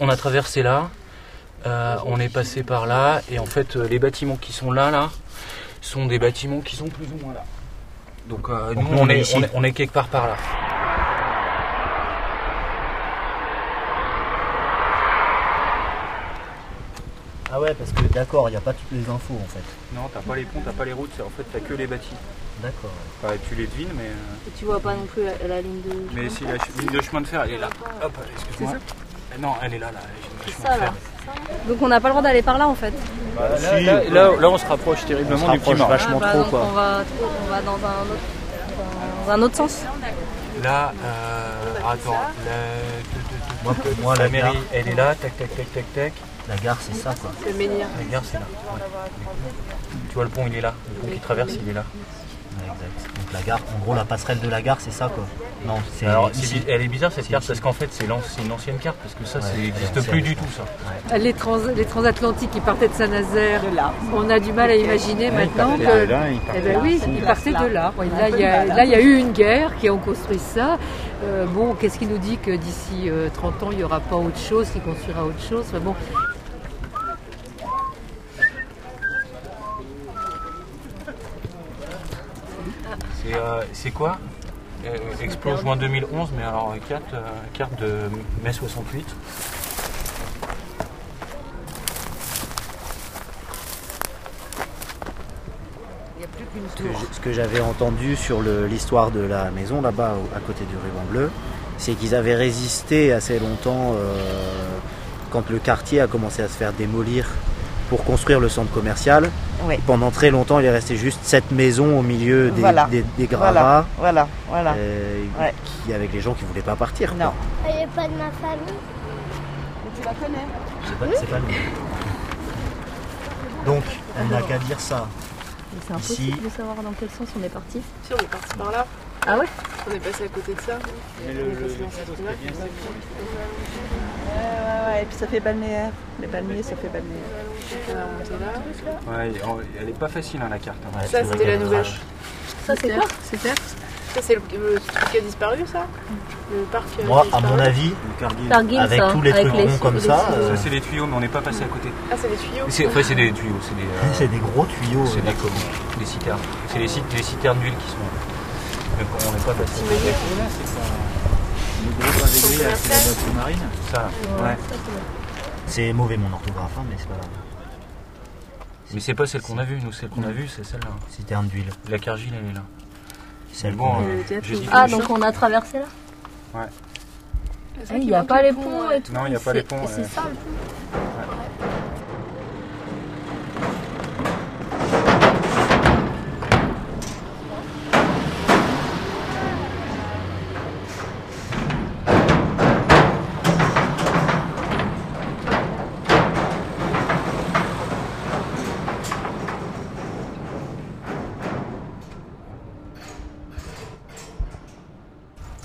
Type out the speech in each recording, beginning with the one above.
On a traversé là, euh, on est passé par là, et en fait, euh, les bâtiments qui sont là, là, sont des bâtiments qui sont plus ou moins là. Donc euh, nous, nous, on, on est est, ici. on est- on est quelque part par là. Ah ouais, parce que d'accord, il n'y a pas toutes les infos en fait. Non, t'as pas les ponts, t'as pas les routes, en fait, t'as que les bâtiments. D'accord. tu les devines, mais, euh, Et Tu vois pas non plus la, la ligne de. si la ligne de chemin de fer, elle est là. Hop, excuse-moi. Euh, Non, elle est là, là. C'est ça là. Donc on n'a pas le droit d'aller par là en fait. Là, Si, on se rapproche on se terriblement rapproche vachement bah, trop donc quoi. On va, on va dans un autre, dans un autre sens. Là, euh, attends, la, Moi, pour moi, la la mairie, gare, elle est là, tac, tac, tac, tac, tac. la gare c'est ça quoi. Le menhir. La gare, c'est là. ouais. Tu vois, le pont, il est là. Le pont qui traverse, il est là. Ouais, exact. Donc la gare, en gros, la passerelle de la gare c'est ça quoi. Non, c'est Alors, c'est ici. bi- elle est bizarre cette C'est carte ici. parce qu'en fait, c'est l'an- c'est une ancienne carte parce que ça, Ouais, ça elle est n'existe ancienne, plus je du pense. tout ça. Ah, Les, trans- les transatlantiques qui partaient de Saint-Nazaire, on a du mal à imaginer maintenant que. Eh ben oui, ils partaient de là. Là, il y a, là, il y a eu une guerre qui ont construit ça. Euh, bon, qu'est-ce qui nous dit que d'ici euh, 30 ans, il n'y aura pas autre chose, qui construira autre chose Enfin, bon, C'est euh, c'est quoi Euh, Explo juin 2011, mais alors euh, carte, euh, carte de mai 68. Ce que j'ai- Ce que j'avais entendu sur le- l'histoire de la maison là-bas, au- à côté du ruban bleu, c'est qu'ils avaient résisté assez longtemps euh, quand le quartier a commencé à se faire démolir pour construire le centre commercial. Ouais. Pendant très longtemps, il est resté juste cette maison au milieu des, Voilà. des- des gravats, Voilà, voilà, voilà. euh, Ouais. qui- avec les gens qui voulaient pas partir. quoi. Non. Elle est pas de ma famille. C'est pas, c'est pas lourd. Donc, on n'a qu'à dire ça. C'est impossible Ici. de savoir dans quel sens on est parti. Si, on est parti par là. Ah ouais On est passé à côté de ça. ouais, et puis ça fait balnéaire. Les palmiers, ça fait balnéaire. On a monté là. Ouais, elle est pas facile hein, la carte. hein. Ouais, Ça, c'est c'était vrai la qu'elle nouvelle. crache. Ça c'est quoi C'est clair. Ça, c'est le, le truc qui a disparu, ça Le parc. euh, Moi, qui a à mon disparu. avis, Targim, avec ça, tous les avec trucs les- ronds comme les- ça, les- euh, Ça, c'est les tuyaux, mais on n'est pas passé à côté. Ah, c'est des tuyaux. C'est- Après, c'est des tuyaux, c'est des, euh, c'est des gros tuyaux. c'est euh, des, comment- des citernes. C'est les, cit- les citernes d'huile qui sont. euh, Donc, on n'est pas passé. Ça, C'est mauvais mon orthographe, hein, mais c'est pas grave. mais c'est pas celle qu'on a vue. Nous, celle qu'on a vue, c'est celle-là. Citerne d'huile. La cargile, elle est là. C'est bon, bon. euh, théâtre, j'ai dit Ah que- donc on a traversé là C'est Eh, ça Il qui n'y a manque pas le les pont, ponts ouais. et tout. Non, il n'y a pas les C'est- ponts, et C'est ouais. ça le pont.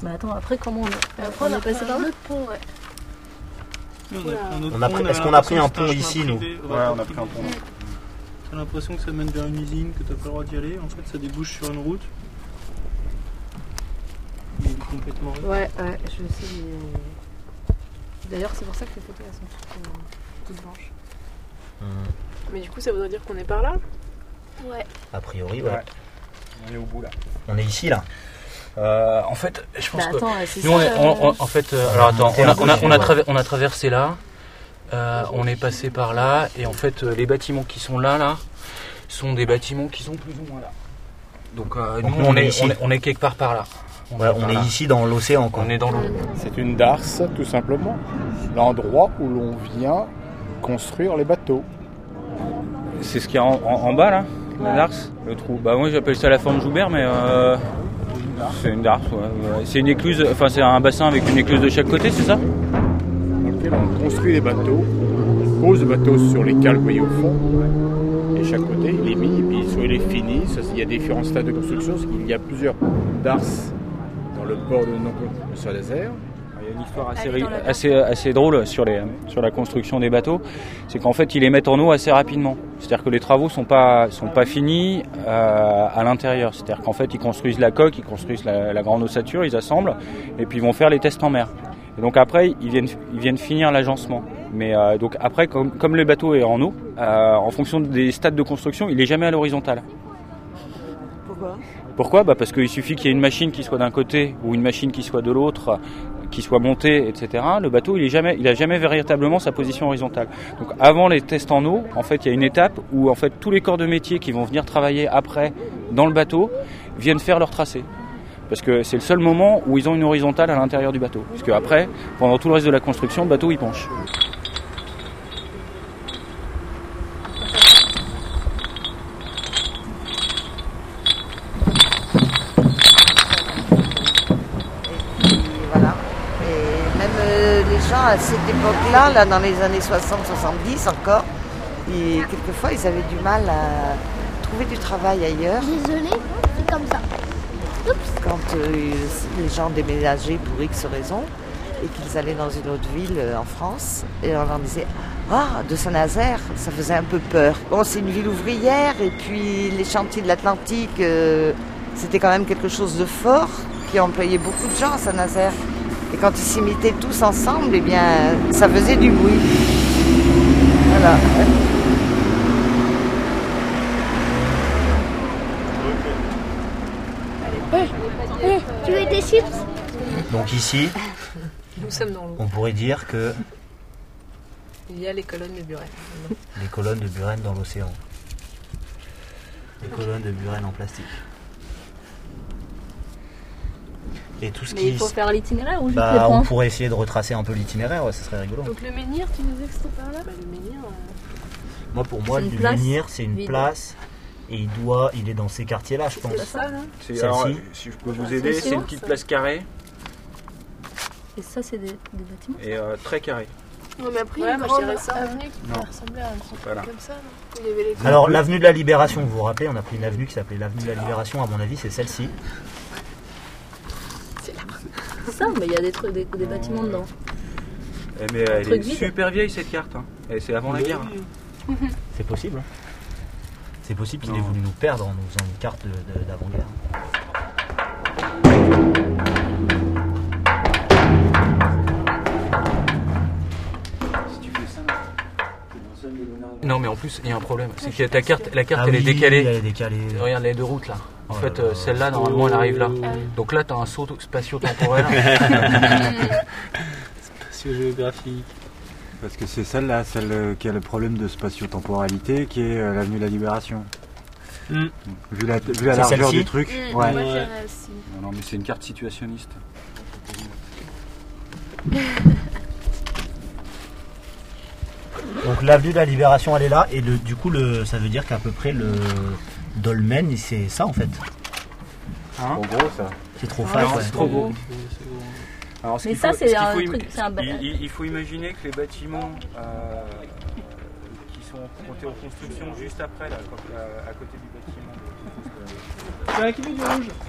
Mais attends, après comment on est Après, on a passé par là l'autre pont, ouais. On a pris- est-ce qu'on a pris un pont ici, nous Ouais, on a pris un pont. T'as l'impression que ça mène vers une usine, que t'as pas le droit d'y aller. En fait, ça débouche sur une route. Mais il est complètement raide. ouais, ouais, je sais. mais- D'ailleurs, c'est pour ça que les photos elles sont toutes, euh, toutes blanches. Mmh. Mais du coup, ça voudrait dire qu'on est par là Ouais. A priori, ouais. Ouais. On est au bout là. On est ici là. Euh, en fait, je pense Bah, que. attends, c'est Nous, on ça, est- euh, on- on- en fait, euh, alors attends, on a, on a- on a traver- on a traversé là, euh, on est passé par là, et en fait, euh, les bâtiments qui sont là, là, sont des bâtiments qui sont plus ou moins là. Donc, euh, nous, Donc, nous, on, on est est, ici. on, est, on est quelque part par là. On, Ouais, on par est là. ici dans l'océan quoi. On est dans l'eau. C'est une darse, tout simplement. L'endroit où l'on vient construire les bateaux. C'est ce qu'il y a en, en- en bas là La darse Le trou Bah moi j'appelle ça la forme Joubert mais euh, c'est une darse. ouais, ouais. C'est une écluse, enfin c'est un bassin avec une écluse de chaque côté c'est ça Dans lequel on construit les bateaux, on pose les bateaux sur les cales, vous voyez, au fond. Et chaque côté, il est mis, et puis soit il est fini. Ça, il y a différents stades de construction, c'est qu'il y a plusieurs darses dans le port de non sur désert. Il y a une histoire assez, ri- assez, assez drôle sur, les, sur la construction des bateaux, c'est qu'en fait ils les mettent en eau assez rapidement. C'est-à-dire que les travaux sont pas, sont pas finis euh, à l'intérieur. C'est-à-dire qu'en fait ils construisent la coque, ils construisent la, la grande ossature, ils assemblent et puis ils vont faire les tests en mer. Et donc après, ils viennent, ils viennent finir l'agencement. Mais euh, donc après, comme, comme, le bateau est en eau, euh, en fonction des stades de construction, il n'est jamais à l'horizontale. Pourquoi Pourquoi bah Parce qu'il suffit qu'il y ait une machine qui soit d'un côté ou une machine qui soit de l'autre, qui soit montée, etc. Le bateau, il n'a jamais, il a jamais véritablement sa position horizontale. Donc avant les tests en eau, en fait, il y a une étape où en fait tous les corps de métier qui vont venir travailler après dans le bateau viennent faire leur tracé parce que c'est le seul moment où ils ont une horizontale à l'intérieur du bateau. Parce que après, pendant tout le reste de la construction, le bateau il penche. Et voilà. Et même euh, les gens à cette époque-là, là, dans les années 60-70 encore, et quelquefois ils avaient du mal à trouver du travail ailleurs. Désolé, c'est comme ça quand euh, les gens déménageaient pour X raisons et qu'ils allaient dans une autre ville euh, en France et on leur disait ah de Saint-Nazaire ça faisait un peu peur bon c'est une ville ouvrière et puis les chantiers de l'Atlantique euh, c'était quand même quelque chose de fort qui employait beaucoup de gens à Saint-Nazaire et quand ils s'imitaient tous ensemble eh bien ça faisait du bruit voilà Tu veux des chips Donc ici, nous sommes dans l'eau. On pourrait dire que il y a les colonnes de Buren. les colonnes de Buren dans l'océan. Les colonnes de Buren en plastique. Et tout ce Mais qui... il faut faire l'itinéraire ou juste bah, les points on pourrait essayer de retracer un peu l'itinéraire, ouais, ça serait rigolo. Donc le menhir, tu nous disais que c'était par là bah, Le menhir. Moi pour moi C'est le une place menhir c'est une vide. place et il doit il est dans ces quartiers là je pense. C'est ça, hein. là Celle-ci. alors, si je peux vous aider, c'est une petite place carrée Et ça, c'est des, des bâtiments et euh, très carrée. On a pris Ouais, une moi, je grande dirais ça. avenue qui Non. ressemblait à un truc Voilà. comme ça, là, où il y avait les Alors l'avenue de la Libération, vous vous rappelez, on a pris une avenue qui s'appelait l'avenue de la Libération, à mon avis c'est celle-ci. C'est ça, mais il y a des, trucs, des, des bâtiments dedans. Eh, mais elle truc est vide. super vieille cette carte. hein. Et c'est avant la guerre. hein. C'est possible. hein. C'est possible qu'il ait voulu nous perdre en nous faisant une carte de- de- d'avant-guerre. Non, mais en plus, il y a un problème. C'est que ta carte, la carte, Ah elle est oui, décalée. Elle est décalée. Regarde les deux routes là. En Oh là fait, là. euh, celle-là, normalement, elle arrive Oh. là. Donc là, t'as un saut spatio-temporel. Spatio-géographique. Parce que c'est celle-là, celle euh, qui a le problème de spatio-temporalité, qui est euh, l'avenue de la Libération. Hmm. Vu la, vu la C'est largeur celle-ci du truc. Mmh, ouais. Moi, j'irais aussi. Non, non, mais c'est une carte situationniste. Donc l'avenue de la Libération, elle est là. Et le- du coup, le, ça veut dire qu'à peu près le dolmen, c'est ça en fait. En gros, ça. C'est trop fast. ouais. Hein Ah, c'est trop beau. Alors, ce Mais qu'il ça, faut- c'est ce qu'il un faut im- truc- c'est un ba- il, il- il faut imaginer que les bâtiments euh, qui sont qui ont été en euh, construction juste après, là, quand- à, à côté du bâtiment. Ah, qui veut du rouge